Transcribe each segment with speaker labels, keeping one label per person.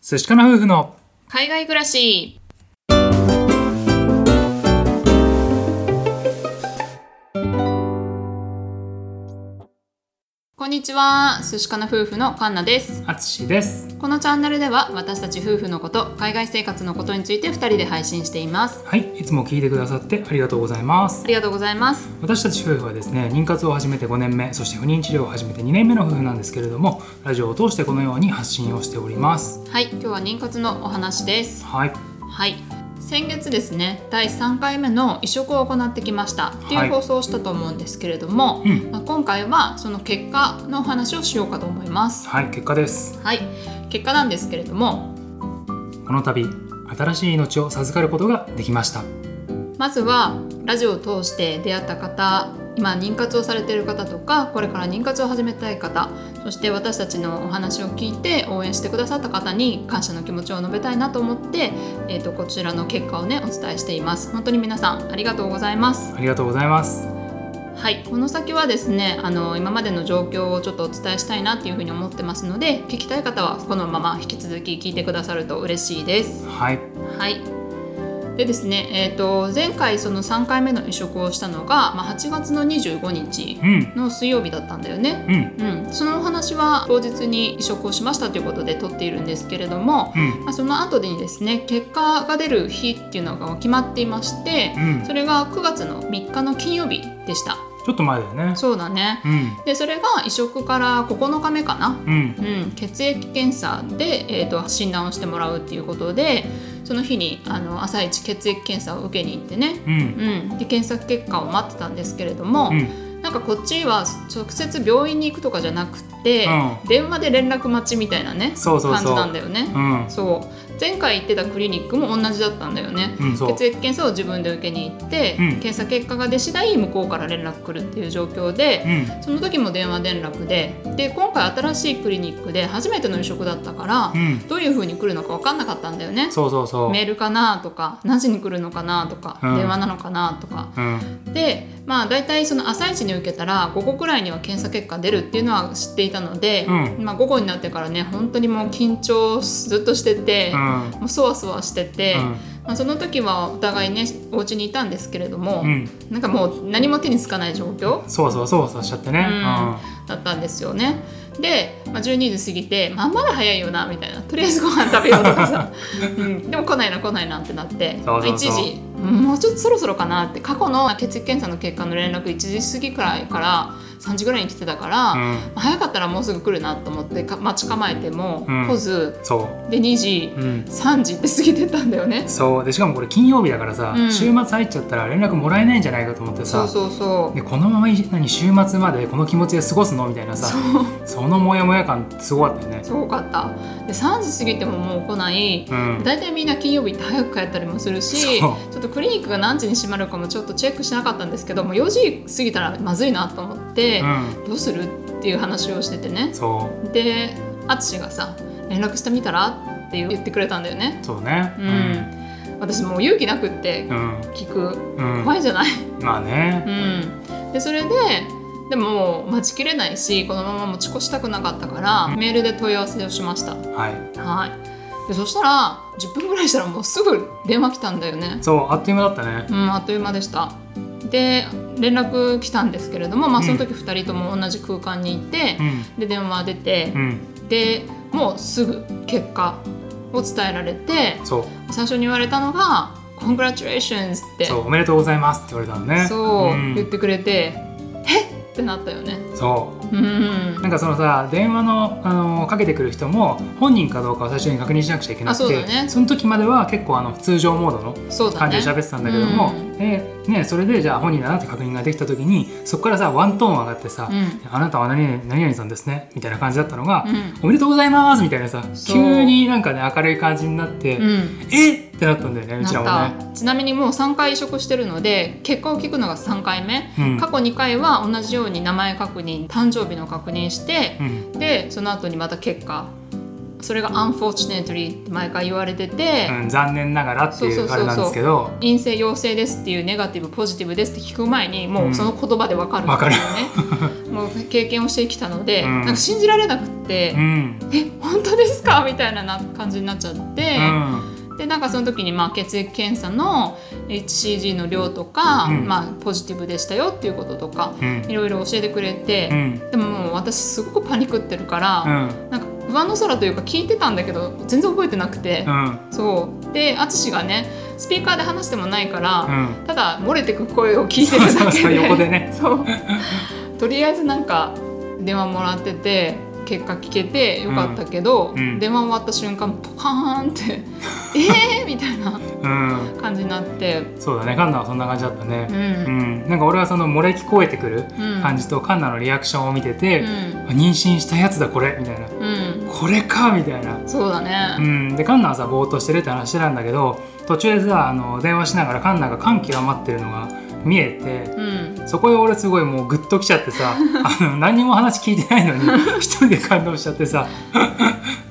Speaker 1: 寿司かな夫婦の
Speaker 2: 海外暮らしこんにちは寿司かな夫婦のカンナです
Speaker 1: あつしです
Speaker 2: このチャンネルでは私たち夫婦のこと海外生活のことについて2人で配信しています
Speaker 1: はいいつも聞いてくださってありがとうございます
Speaker 2: ありがとうございます
Speaker 1: 私たち夫婦はですね妊活を始めて5年目そして不妊治療を始めて2年目の夫婦なんですけれどもラジオを通してこのように発信をしております
Speaker 2: はい今日は妊活のお話です
Speaker 1: はい
Speaker 2: はい先月ですね第3回目の移植を行ってきましたって
Speaker 1: はいいう
Speaker 2: 放送をしたと思うんですけれども、
Speaker 1: うん
Speaker 2: まあ今回はその結果のお話をしようかと思います。
Speaker 1: はい結果です
Speaker 2: はい、結果なんですけれども
Speaker 1: この度新しい命を授かることができました
Speaker 2: まずはラジオを通して出会った方今妊活をされている方とかこれから妊活を始めたい方そして私たちのお話を聞いて応援してくださった方に感謝の気持ちを述べたいなと思って、えー、とこちらの結果をねお伝えしています。本当に皆さんありがとうございます
Speaker 1: ありがとうございます
Speaker 2: はい、この先はですねあの今までの状況をちょっとお伝えしたいなっていうふうに思ってますので聞きたい方はこのまま引き続き聞いてくださると嬉しいです。
Speaker 1: はい
Speaker 2: はいでですね、えー、と前回その3回目の移植をしたのが、まあ、8月の25日
Speaker 1: うん
Speaker 2: の水曜日だったんだよね。
Speaker 1: うん
Speaker 2: うん、そのお話は当日に移植をしましたということで撮っているんですけれども、
Speaker 1: うん
Speaker 2: まあ、その後にですね結果が出る日っていうのが決まっていまして
Speaker 1: うん
Speaker 2: それが9月の3日の金曜日でした。
Speaker 1: ちょっと前だよね
Speaker 2: そうだね。
Speaker 1: うん
Speaker 2: でそれが移植から9日目かな。
Speaker 1: うん
Speaker 2: うん、血液検査で、えー、と診断をしてもらうっていうことでその日にあの朝一血液検査を受けに行ってね、
Speaker 1: うん
Speaker 2: うん、で検査結果を待ってたんですけれども、
Speaker 1: うん
Speaker 2: なんかこっちは直接病院に行くとかじゃなくて、
Speaker 1: う
Speaker 2: 電話で連絡待ちみたいなね
Speaker 1: そうそうそう
Speaker 2: 感じなんだよね。
Speaker 1: うん
Speaker 2: そう前回行ってたクリニックも同じだったんだよね。
Speaker 1: うんそう
Speaker 2: 血液検査を自分で受けに行って、
Speaker 1: うん
Speaker 2: 検査結果が出次第向こうから連絡来るっていう状況で、
Speaker 1: うん
Speaker 2: その時も電話連絡でで今回新しいクリニックで初めての移植だったから、
Speaker 1: うん
Speaker 2: どういう風に来るのか分かんなかったんだよね。
Speaker 1: そうそうそう
Speaker 2: メールかなとか何時に来るのかなとか、
Speaker 1: うん
Speaker 2: 電話なのかなとか
Speaker 1: うん
Speaker 2: でまあ大体その朝一に受けたら午後くらいには検査結果出るっていうのは知っていたので、
Speaker 1: う
Speaker 2: まあ、午後になってからね本当にもう緊張ずっとしてて
Speaker 1: う、ん
Speaker 2: もうそわそわしてて、まあ、その時はお互いねお家にいたんですけれども、
Speaker 1: うんうん
Speaker 2: なんかもう何も手につかない状況
Speaker 1: そうそうそうそうしちゃってね
Speaker 2: うだったんですよね。で、まあ、12時過ぎて、まあ、まだ早いよなみたいなとりあえずご飯食べようと かさ、うん、でも来ないな来ないなってなって
Speaker 1: そうそうそう
Speaker 2: まあ1時うんもうちょっとそろそろかなって過去の血液検査の結果の連絡1時過ぎくらいから3時ぐらいに来てたから、
Speaker 1: う
Speaker 2: ま
Speaker 1: ん
Speaker 2: あ早かったらもうすぐ来るなと思ってか待ち構えても
Speaker 1: うん
Speaker 2: 来ず、
Speaker 1: そ
Speaker 2: で2時
Speaker 1: ううん
Speaker 2: 3時って過ぎてったんだよね。
Speaker 1: そうでしかもこれ金曜日だからさ、
Speaker 2: うん
Speaker 1: 週末入っちゃったら連絡もらえないんじゃないかと思って
Speaker 2: そ
Speaker 1: さ
Speaker 2: うそうそう
Speaker 1: でこのままい何週末までこの気持ちで過ごすのみたいなさ
Speaker 2: そう
Speaker 1: そのモヤモヤ感すごかったよね
Speaker 2: すごかったで3時過ぎてももう来ない、
Speaker 1: うん
Speaker 2: 大体みんな金曜日って早く帰ったりもするしち
Speaker 1: そう
Speaker 2: ょっとクリニックが何時に閉まるかもちょっとチェックしなかったんですけどもう4時過ぎたらまずいなと思って
Speaker 1: う、ん
Speaker 2: どうするっていう話をしててね
Speaker 1: そう
Speaker 2: で淳がさ「連絡してみたら?」って言ってくれたんだよね。
Speaker 1: そうね
Speaker 2: うん私もう勇気なくって
Speaker 1: うん
Speaker 2: 聞く
Speaker 1: うん、
Speaker 2: 怖いじゃない、
Speaker 1: まあね
Speaker 2: うん、でそれででももう待ちきれないしこのまま持ち越したくなかったから、
Speaker 1: うん
Speaker 2: メールで問い合わせをしました。
Speaker 1: はい
Speaker 2: はい、でそしたら10分ぐらいしたらもうすぐ電話来たんだよね、
Speaker 1: そうあっという間だったね
Speaker 2: うん、あっという間でしたで連絡来たんですけれども、まあ、
Speaker 1: うん
Speaker 2: その時2人とも同じ空間にいて
Speaker 1: う、ん
Speaker 2: で電話出て
Speaker 1: う、ん
Speaker 2: でもうすぐ結果を伝えられて
Speaker 1: そう
Speaker 2: 最初に言われたのが「Congratulations」って
Speaker 1: そうおめでとうございますって言われたのね
Speaker 2: そう
Speaker 1: うん
Speaker 2: 言ってくれて「えっ!」ってなったよね
Speaker 1: そう
Speaker 2: うん
Speaker 1: なんかそのさ電話のあのかけてくる人も本人かどうかを最初に確認しなくちゃいけなくて
Speaker 2: あそうだね
Speaker 1: の時までは結構あの通常モードの
Speaker 2: そうだ
Speaker 1: 感じ
Speaker 2: ね
Speaker 1: で喋ってたんだけども、
Speaker 2: うん
Speaker 1: でね、それでじゃあ本人だなって確認ができた時にそこからさワントーン上がってさ、
Speaker 2: うん
Speaker 1: あなたは何々何々さんですね」みたいな感じだったのが「
Speaker 2: うん
Speaker 1: おめでとうございます」みたいなさ
Speaker 2: そう
Speaker 1: 急になんかね明るい感じになって「
Speaker 2: うん
Speaker 1: えっ!」ってなったんだよねうちら
Speaker 2: な
Speaker 1: も
Speaker 2: ん
Speaker 1: ね。
Speaker 2: かちなみにもう3回移植してるので結果を聞くのが3回目、
Speaker 1: うん
Speaker 2: 過去2回は同じように名前確認誕生日の確認して
Speaker 1: う、ん
Speaker 2: でその後にまた結果それが「unfortunately」って毎回言われてて、
Speaker 1: うん、残念ながらってい
Speaker 2: そうそう
Speaker 1: う
Speaker 2: そうそう
Speaker 1: あれなんですけど
Speaker 2: 陰性陽性ですっていうネガティブポジティブですって聞く前にもうその言葉でわかるんだよね、 もう経験をしてきたので、
Speaker 1: うん
Speaker 2: なんか信じられなくて、
Speaker 1: うん
Speaker 2: え本当ですかみたいなな感じになっちゃって
Speaker 1: う、ん
Speaker 2: でなんかその時にまあ血液検査の HCG の量とか、
Speaker 1: うん
Speaker 2: まあ、ポジティブでしたよっていうこととか
Speaker 1: うん
Speaker 2: いろいろ教えてくれ
Speaker 1: う
Speaker 2: て、
Speaker 1: ん
Speaker 2: でももう私すごくパニクってるから、なんか不安の空というか聞いてたんだけど全然覚えてなくて、
Speaker 1: うん
Speaker 2: そうで淳がねスピーカーで話してもないから。
Speaker 1: うん
Speaker 2: ただ漏れてく声を聞い てるだけ
Speaker 1: そうそうそう
Speaker 2: で
Speaker 1: 横でね
Speaker 2: そうとりあえずなんか電話もらってて結果聞けてよかったけど、
Speaker 1: うんうん
Speaker 2: 電話終わった瞬間ポカーンって えーみたいな
Speaker 1: うん
Speaker 2: 感じになって
Speaker 1: そうだねカンナはそんな感じだったね
Speaker 2: う
Speaker 1: うんんなんか俺はその漏れ聞こえてくる
Speaker 2: うん
Speaker 1: 感じとカンナのリアクションを見てて
Speaker 2: うん
Speaker 1: 妊娠したやつだこれみたいな
Speaker 2: うん
Speaker 1: これかみたいな
Speaker 2: そうだ
Speaker 1: う
Speaker 2: ね、
Speaker 1: ん、でカンナはさぼーっとしてるって話してたんだけど途中でさあの電話しながらカンナが感極まってるのが見えて
Speaker 2: うん
Speaker 1: そこで俺すごいもうグッときちゃって さあの何にも話聞いてないのに 一人で感動しちゃってさ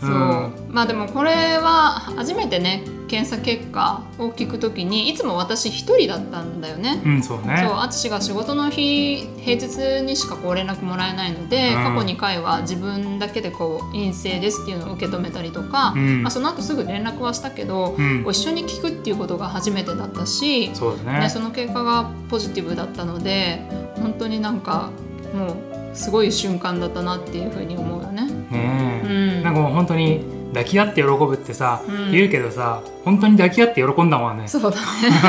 Speaker 2: そうまあでもこれは初めてね検査結果を聞くときにいつも私一人だったんだよね、
Speaker 1: うん、うん、そうね
Speaker 2: そう淳が仕事の日平日にしかこう連絡もらえないので、
Speaker 1: うん
Speaker 2: 過去2回は自分だけでこう陰性ですっていうのを受け止めたりとか、
Speaker 1: うん
Speaker 2: まあ、その後すぐ連絡はしたけど、
Speaker 1: うん
Speaker 2: こう一緒に聞くっていうことが初めてだったし、
Speaker 1: そうだ
Speaker 2: ね、
Speaker 1: ね
Speaker 2: その結果がポジティブだったので本当になんかもうすごい瞬間だったなっていうふうに思うよね。
Speaker 1: ね
Speaker 2: う
Speaker 1: え、
Speaker 2: ん
Speaker 1: なんかもう本当に抱き合って喜ぶってさ、
Speaker 2: うん
Speaker 1: 言うけどさ本当に抱き合って喜んだもんね
Speaker 2: そうだね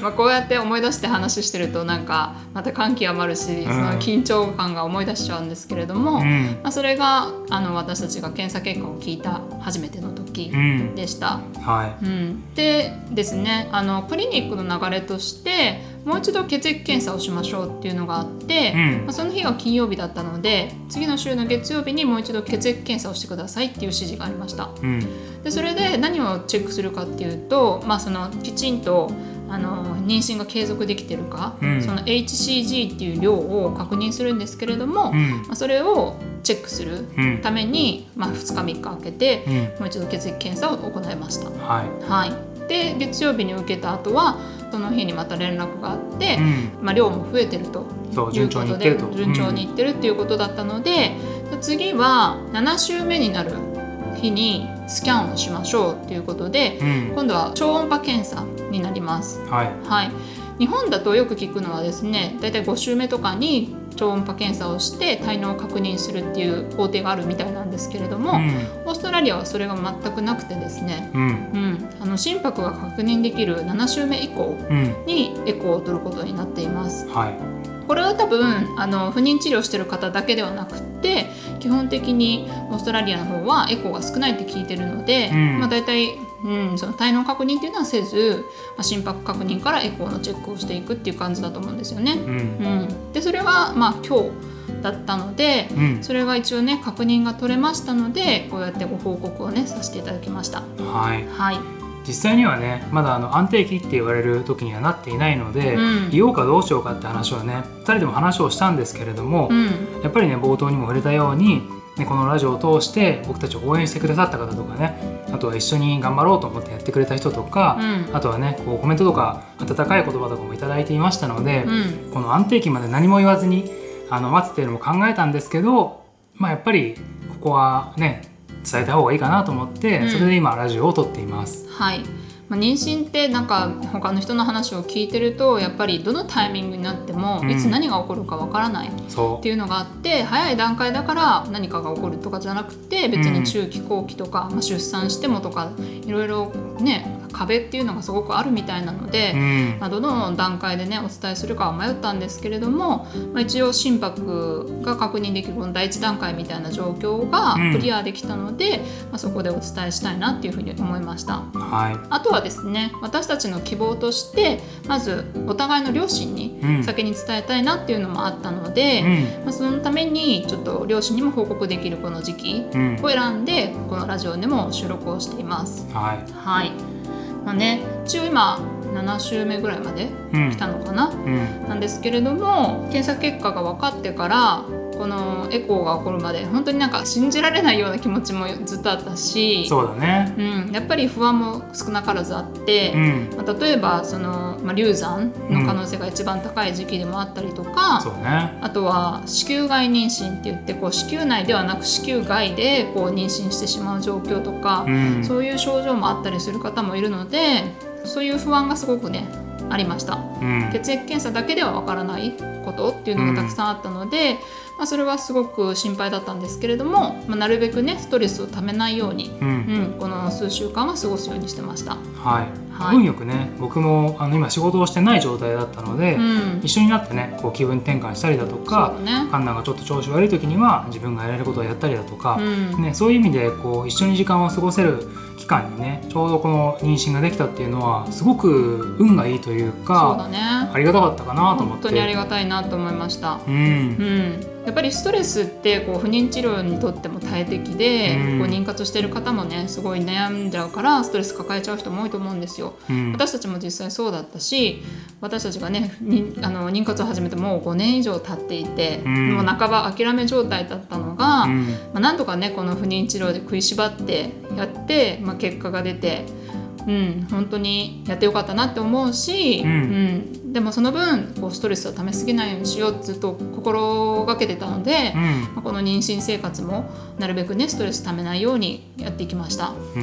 Speaker 2: まあこうやって思い出して話してるとなんかまた感極まるし、その緊張感が思い出しちゃうんですけれども、
Speaker 1: うん
Speaker 2: まあ、それがあの私たちが検査結果を聞いた初めての時
Speaker 1: うん
Speaker 2: でした。
Speaker 1: は
Speaker 2: うん、でですねあのクリニックの流れとしてもう一度血液検査をしましょうっていうのがあって、
Speaker 1: うん
Speaker 2: まあ、その日が金曜日だったので次の週の月曜日にもう一度血液検査をしてくださいっていう指示がありました。
Speaker 1: いうん
Speaker 2: でそれで何をチェックするかっていうと、まあ、そのきちんとあの妊娠が継続できてるか、
Speaker 1: うん
Speaker 2: その HCG っていう量を確認するんですけれども、
Speaker 1: う
Speaker 2: ま
Speaker 1: ん
Speaker 2: あ、それをチェックする
Speaker 1: うん
Speaker 2: ために、まあ、2日3日空けて
Speaker 1: うん
Speaker 2: もう一度血液検査を行いました。
Speaker 1: は
Speaker 2: はい、で月曜日に受けた後はその日にまた連絡があって
Speaker 1: い、、
Speaker 2: まあ、量も増えてると
Speaker 1: うん、そう
Speaker 2: いう
Speaker 1: 順
Speaker 2: こ
Speaker 1: 調にい
Speaker 2: と
Speaker 1: って
Speaker 2: で
Speaker 1: ると
Speaker 2: 順調にいってるっていうことだったので、次は7週目になる日にスキャンをしましょうっていうことで
Speaker 1: うん、うん
Speaker 2: 今度は超音波検査になります。
Speaker 1: はい
Speaker 2: はい日本だとよく聞くのはですねだいたい5週目とかに超音波検査をして体能を確認するっていう工程があるみたいなんですけれども、オーストラリアはそれが全くなくてですね、
Speaker 1: うんうん
Speaker 2: うん、あの心拍が確認できる7週目以降
Speaker 1: うん
Speaker 2: にエコーを取ることになっています。
Speaker 1: はい
Speaker 2: これは多分あの不妊治療してる方だけではなくって基本的にオーストラリアの方はエコーが少ないって聞いてるので、
Speaker 1: うん
Speaker 2: まあ、大体、うん、その体能確認っていうのはせず、まあ、心拍確認からエコーのチェックをしていくっていう感じだと思うんですよね。
Speaker 1: うん
Speaker 2: うん、でそれが、まあ、今日だったので
Speaker 1: うん
Speaker 2: それが一応ね確認が取れましたのでこうやってご報告をねさせていただきました。
Speaker 1: はい
Speaker 2: はい、
Speaker 1: 実際にはねまだあの安定期って言われる時にはなっていないので、
Speaker 2: うん
Speaker 1: 言おうかどうしようかって話をね2人でも話をしたんですけれども、
Speaker 2: うん
Speaker 1: やっぱりね冒頭にも触れたように、ね、このラジオを通して僕たちを応援してくださった方とかねあとは一緒に頑張ろうと思ってやってくれた人とか、
Speaker 2: うん
Speaker 1: あとはねこうコメントとか温かい言葉とかもいただいていましたので、
Speaker 2: うん
Speaker 1: この安定期まで何も言わずにあの待つっていうのも考えたんですけど、まあ、やっぱりここはね伝えた方がいいかなと思って、
Speaker 2: うん
Speaker 1: それで今ラジオを撮っています。
Speaker 2: はい、まあ、妊娠ってなんか他の人の話を聞いてるとやっぱりどのタイミングになっても
Speaker 1: うん
Speaker 2: いつ何が起こるかわからないっ
Speaker 1: そ
Speaker 2: ていうのがあって、早い段階だから何かが起こるとかじゃなくて別に中期後期とか、まあ、出産してもとかいろいろね壁っていうのがすごくあるみたいなので。
Speaker 1: う、うん
Speaker 2: まあ、どの段階でねお伝えするかは迷ったんですけれども、まあ、一応心拍が確認できるこの第一段階みたいな状況が
Speaker 1: うん
Speaker 2: クリアできたので、まあ、そこでお伝えしたいなっていうふうに思いました。
Speaker 1: は
Speaker 2: あとはですね私たちの希望としてまずお互いの両親に
Speaker 1: うん
Speaker 2: 先に伝えたいなっていうのもあったの
Speaker 1: い、
Speaker 2: で、
Speaker 1: うん
Speaker 2: まあ、そのためにちょっと両親にも報告できるこの時期
Speaker 1: うん
Speaker 2: を選んでこのラジオでも収録をしています。
Speaker 1: は
Speaker 2: はいまあね、一応今7週目ぐらいまで
Speaker 1: い、うん
Speaker 2: 来たのかな、
Speaker 1: うん
Speaker 2: なんですけれども検査結果が分かってからこのエコーが起こるまで本当になんか信じられないような気持ちもずっとあったし
Speaker 1: そうだね
Speaker 2: うん、やっぱり不安も少なからずあって
Speaker 1: う、ん
Speaker 2: まあ、例えばその、まあ、流産の可能性が一番高い時期でもあったりとか、
Speaker 1: そうね
Speaker 2: あとは子宮外妊娠って言ってこう子宮内ではなく子宮外でこう妊娠してしまう状況とか
Speaker 1: う、ん
Speaker 2: そういう症状もあったりする方もいるのでそういう不安がすごくねありました
Speaker 1: うん
Speaker 2: 血液検査だけではわからないことっていうのがたくさんあったので、まあ、それはすごく心配だったんですけれども、まあ、なるべくねストレスをためないように、
Speaker 1: う
Speaker 2: うんん、この数週間は過ごすようにしてました。
Speaker 1: はい、
Speaker 2: はい
Speaker 1: 運よくね僕もあの今仕事をしてない状態だったので、
Speaker 2: うん
Speaker 1: 一緒になってねこう気分転換したりだとか
Speaker 2: そうね
Speaker 1: カンナがちょっと調子悪い時には自分がやれることをやったりだとか
Speaker 2: う、ん
Speaker 1: ね、そういう意味でこう一緒に時間を過ごせる期間にねちょうどこの妊娠ができたっていうのはすごく運がいいという
Speaker 2: そう
Speaker 1: か
Speaker 2: だね
Speaker 1: ありがたかったかなと思っ
Speaker 2: 本
Speaker 1: て。
Speaker 2: 当にありがたいなと思いました。
Speaker 1: うん
Speaker 2: うん、やっぱりストレスってこう不妊治療にとっても大敵で、
Speaker 1: うん
Speaker 2: こう妊活してる方もねすごい悩んじゃうからストレス抱えちゃう人も多いと思うんですよ。
Speaker 1: うん
Speaker 2: 私たちも実際そうだったし私たちがねにあの妊活を始めてもう5年以上経っていて、
Speaker 1: うん
Speaker 2: もう半ば諦め状態だったのが、
Speaker 1: う
Speaker 2: ま
Speaker 1: ん
Speaker 2: あ、なんとかねこの不妊治療で食いしばってやって、まあ、結果が出て。うん、本当にやってよかったなって思うし、
Speaker 1: うん
Speaker 2: うんでもその分こうストレスをためすぎないようにしようってずっと心がけてたので、まあこの妊娠生活もなるべくねストレスためないようにやってきました。
Speaker 1: うんうん
Speaker 2: う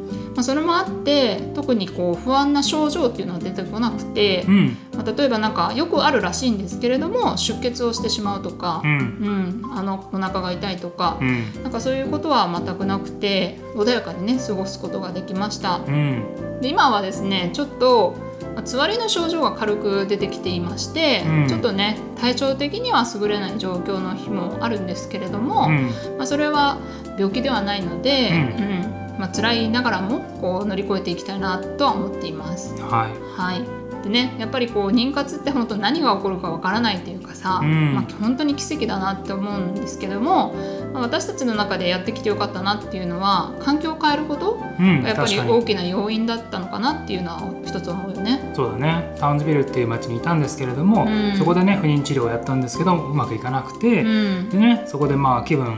Speaker 2: んまあ、それもあって特にこう不安な症状っていうのは出てこなくて
Speaker 1: う、ん
Speaker 2: まあ、例えばなんかよくあるらしいんですけれども出血をしてしまうとか
Speaker 1: う、ん
Speaker 2: うん、あのお腹が痛いとか
Speaker 1: う、ん
Speaker 2: なんかそういうことは全くなくて穏やかにね過ごすことができました
Speaker 1: うん
Speaker 2: で今はですねちょっとまあつわりの症状が軽く出てきていまして、
Speaker 1: うん
Speaker 2: ちょっとね体調的には優れない状況の日もあるんですけれども、
Speaker 1: うん
Speaker 2: まあ、それは病気ではないので、
Speaker 1: う
Speaker 2: うんんまあ辛いながらもこう乗り越えていきたいなとは思っています。
Speaker 1: はい
Speaker 2: はいでね、やっぱりこう妊活って本当何が起こるかわからないというかさ、
Speaker 1: うん
Speaker 2: まあ、本当に奇跡だなって思うんですけども、まあ私たちの中でやってきてよかったなっていうのは環境を変えること
Speaker 1: うん
Speaker 2: がやっぱ
Speaker 1: 確
Speaker 2: り
Speaker 1: かに
Speaker 2: 大きな要因だったのかなっていうのは一つ思うよね。
Speaker 1: そうだねタウンズビルっていう町にいたんですけれども、
Speaker 2: うん
Speaker 1: そこでね不妊治療をやったんですけどうまくいかなくて、
Speaker 2: うん
Speaker 1: でねそこでまあ気分を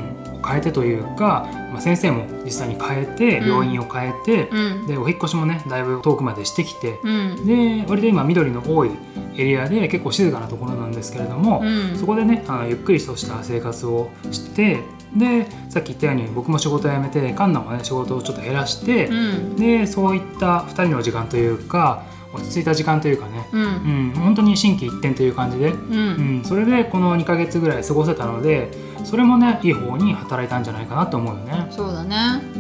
Speaker 1: 変えてというか、まあ、先生も実際に変えて
Speaker 2: うん
Speaker 1: 病院を変えて、
Speaker 2: うん
Speaker 1: でお引っ越しもねだいぶ遠くまでしてきて、
Speaker 2: うん
Speaker 1: で割と今緑の多いエリアで結構静かなところなんですけれども、
Speaker 2: うん
Speaker 1: そこでねあのゆっくりとした生活をしてでさっき言ったように僕も仕事を辞めてカンナもね仕事をちょっと減らして、
Speaker 2: うん
Speaker 1: でそういった2人の時間というか落ち着いた時間というかね、
Speaker 2: うん
Speaker 1: うん、本当に心機一転という感じで
Speaker 2: う
Speaker 1: うんん、それでこの2ヶ月ぐらい過ごせたのでそれもねいい方に働いたんじゃないかなと思うよね。
Speaker 2: そうだね、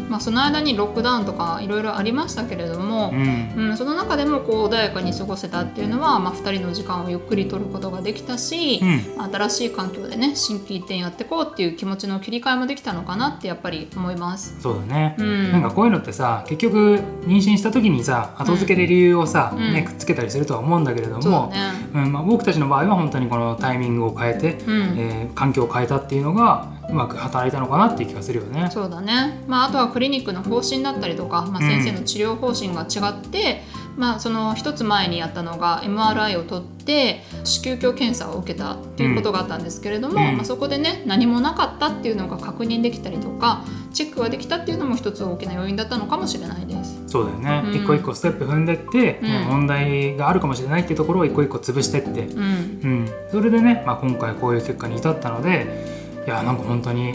Speaker 2: まあ、その間にロックダウンとかいろいろありましたけれども
Speaker 1: う、ん
Speaker 2: うん、その中でもこう穏やかに過ごせたっていうのは、まあ、2人の時間をゆっくりとることができたし、
Speaker 1: うん
Speaker 2: 新しい環境でね心機一転やってこうっていう気持ちの切り替えもできたのかなってやっぱり思います。
Speaker 1: そうだね、
Speaker 2: うん、
Speaker 1: なんかこういうのってさ結局妊娠した時にさ後付けで理由をさ、
Speaker 2: うん
Speaker 1: ね、くっつけたりするとは思うんだけれど
Speaker 2: そうだ
Speaker 1: も、
Speaker 2: ね、
Speaker 1: うんまあ、僕たちの場合は本当にこのタイミングを変えて、
Speaker 2: うん
Speaker 1: えー環境を変えたっていうのがうまく働いたのかなっていう気がするよね。
Speaker 2: そうだね、まあ、あとはクリニックの方針だったりとか、まあ、
Speaker 1: うん
Speaker 2: 先生の治療方針が違って、まあ、その一つ前にやったのが MRI を取って子宮鏡検査を受けたっていうことがあったんですけれども、
Speaker 1: うん
Speaker 2: まあ、そこでね何もなかったっていうのが確認できたりとかチェックができたっていうのも一つ大きな要因だったのかもしれないです。
Speaker 1: そうだよね、
Speaker 2: うん
Speaker 1: 一個一個ステップ踏んでって、ね
Speaker 2: うん
Speaker 1: 問題があるかもしれないってところを一個一個潰してって、
Speaker 2: うん
Speaker 1: うん、それでね、まあ、今回こういう結果に至ったのでいやなんか本当に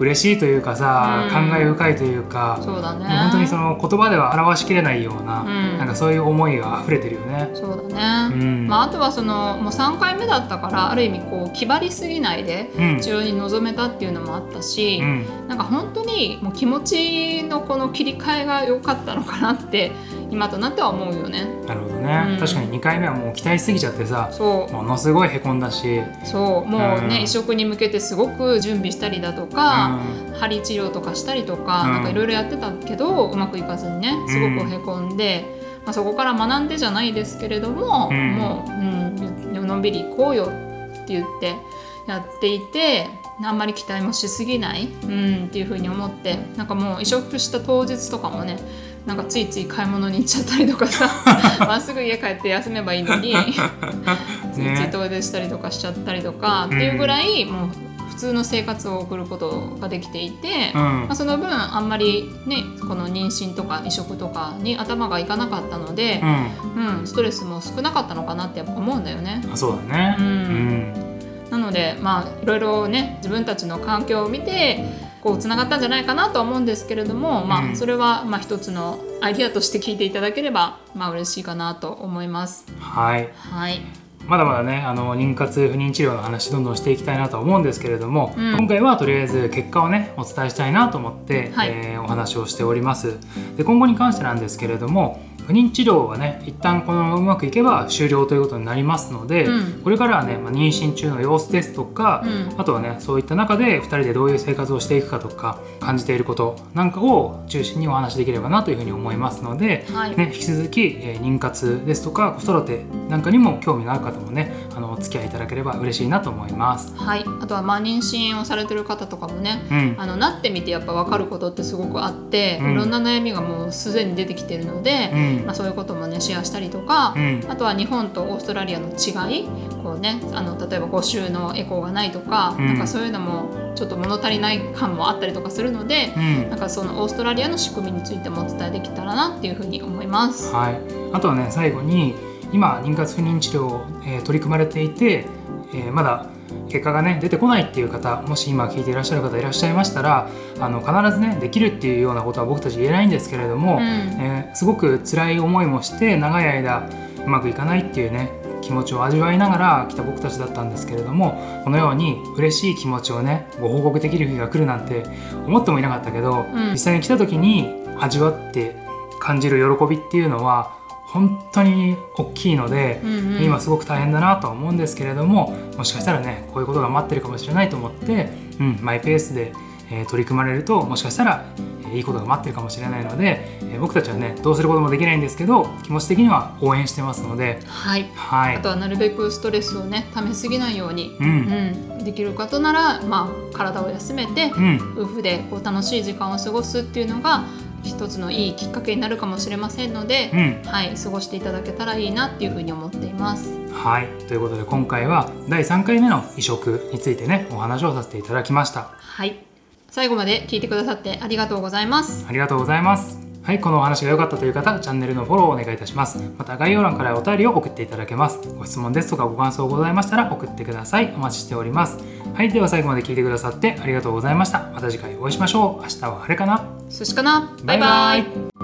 Speaker 1: 嬉しいというかさ、
Speaker 2: うん
Speaker 1: 感慨深いというか
Speaker 2: そうだね
Speaker 1: もう本当にその言葉では表しきれないような,、
Speaker 2: うん
Speaker 1: なんかそういう思いが溢れてるよね。
Speaker 2: そうだ
Speaker 1: う
Speaker 2: ね、
Speaker 1: ん
Speaker 2: まあ、あとはそのもう3回目だったからある意味こう気張りすぎないで
Speaker 1: うん
Speaker 2: 治療に臨めたっていうのもあったし、
Speaker 1: うん
Speaker 2: なんか本当にもう気持ちのこの切り替えが良かったのかなって今となっては思うよね。
Speaker 1: なるほどね、
Speaker 2: うん
Speaker 1: 確かに2回目はもう期待しすぎちゃってさ
Speaker 2: そう
Speaker 1: ものすごいへこんだし、
Speaker 2: そうもう
Speaker 1: うん
Speaker 2: ね移植に向けてすごく準備したりだとか、針治療とかしたりとか、
Speaker 1: うん
Speaker 2: なんかいろいろやってたけどうまくいかずにねすごくへこんで、まあ、そこから学んでじゃないですけれども、
Speaker 1: うん
Speaker 2: もう、うん、のんびり行こうよって言ってやっていてあんまり期待もしすぎない、うん、っていうふうに思ってなんかもう移植した当日とかもねなんか ついつい買い物に行っちゃったりとかさまっすぐ家帰って休めばいいのに
Speaker 1: うん
Speaker 2: ツイ
Speaker 1: ね
Speaker 2: ートでしたりとかしちゃったりとか、っていうぐらいもう普通の生活を送ることができていて、
Speaker 1: う
Speaker 2: ま
Speaker 1: ん
Speaker 2: あ、その分あんまりねこの妊娠とか移植とかに頭がいかなかったので
Speaker 1: う、ん
Speaker 2: うん、ストレスも少なかったのかなってやっぱ思うんだよね。
Speaker 1: あそうだね
Speaker 2: うん
Speaker 1: うん
Speaker 2: なのでまあいろいろね自分たちの環境を見てこうつながったんじゃないかなとは思うんですけれども、
Speaker 1: う
Speaker 2: まあ、
Speaker 1: ん
Speaker 2: それはまあ一つのアイディアとして聞いていただければまあ嬉しいかなと思います。
Speaker 1: はい
Speaker 2: はい、
Speaker 1: まだまだねあの妊活不妊治療の話どんどんしていきたいなとは思うんですけれども、
Speaker 2: うん
Speaker 1: 今回はとりあえず結果をねお伝えしたいなと思って、
Speaker 2: はい
Speaker 1: えーお話をしておりますで今後に関してなんですけれども不妊治療はね一旦このままうまくいけば終了ということになりますので、
Speaker 2: うん
Speaker 1: これからはね、まあ、妊娠中の様子ですとか、
Speaker 2: うん
Speaker 1: あとはねそういった中で2人でどういう生活をしていくかとか感じていることなんかを中心にお話しできればなというふうに思いますので、
Speaker 2: はい
Speaker 1: ね、引き続き、えー妊活ですとか子育てなんかにも興味のある方もねあのお付き合いいただければ嬉しいなと思います。
Speaker 2: はい、あとはまあ妊娠をされてる方とかもね、
Speaker 1: うん
Speaker 2: あのなってみてやっぱ分かることってすごくあって、
Speaker 1: うん
Speaker 2: いろんな悩みがもうすでに出てきてるので、
Speaker 1: うん
Speaker 2: まあ、そういうこともねシェアしたりとか、
Speaker 1: うん
Speaker 2: あとは日本とオーストラリアの違いこう、ね、あの例えば5週のエコーがないとか,、
Speaker 1: うん
Speaker 2: なんかそういうのもちょっと物足りない感もあったりとかするので
Speaker 1: う、ん
Speaker 2: なんかそのオーストラリアの仕組みについてもお伝えできたらなっていうふうに思います。
Speaker 1: はい、あとはね最後に今妊活不妊治療を、えー取り組まれていて、えーまだ結果がね出てこないっていう方もし今聞いていらっしゃる方いらっしゃいましたらあの必ずねできるっていうようなことは僕たち言えないんですけれども、
Speaker 2: うん
Speaker 1: えーすごく辛い思いもして長い間うまくいかないっていうね気持ちを味わいながら来た僕たちだったんですけれどもこのように嬉しい気持ちをねご報告できる日が来るなんて思ってもいなかったけど、
Speaker 2: うん
Speaker 1: 実際に来た時に味わって感じる喜びっていうのは本当に大きいので、
Speaker 2: うんうん
Speaker 1: 今すごく大変だなとは思うんですけれどももしかしたらねこういうことが待ってるかもしれないと思って、うん、マイペースで、えー取り組まれるともしかしたら、えーいいことが待ってるかもしれないので、えー僕たちはねどうすることもできないんですけど気持ち的には応援してますので
Speaker 2: はい
Speaker 1: はい
Speaker 2: あとはなるべくストレスをねためすぎないように、
Speaker 1: うん
Speaker 2: うんできることなら、まあ、体を休めて、
Speaker 1: うん
Speaker 2: 夫婦でこう楽しい時間を過ごすっていうのが一つのいいきっかけになるかもしれませんので、
Speaker 1: うん
Speaker 2: はい、過ごしていただけたらいいなっていうふうに思っています。
Speaker 1: はいということで今回は第3回目の移植についてねお話をさせていただきました。
Speaker 2: はい最後まで聞いてくださってありがとうございます。
Speaker 1: ありがとうございます。はい、このお話が良かったという方、チャンネルのフォローをお願いいたします。また概要欄からお便りを送っていただけます。ご質問ですとかご感想ございましたら送ってください。お待ちしております。はい、では最後まで聞いてくださってありがとうございました。また次回お会いしましょう。明日は晴れかな
Speaker 2: 寿司かなバイバイ
Speaker 1: イ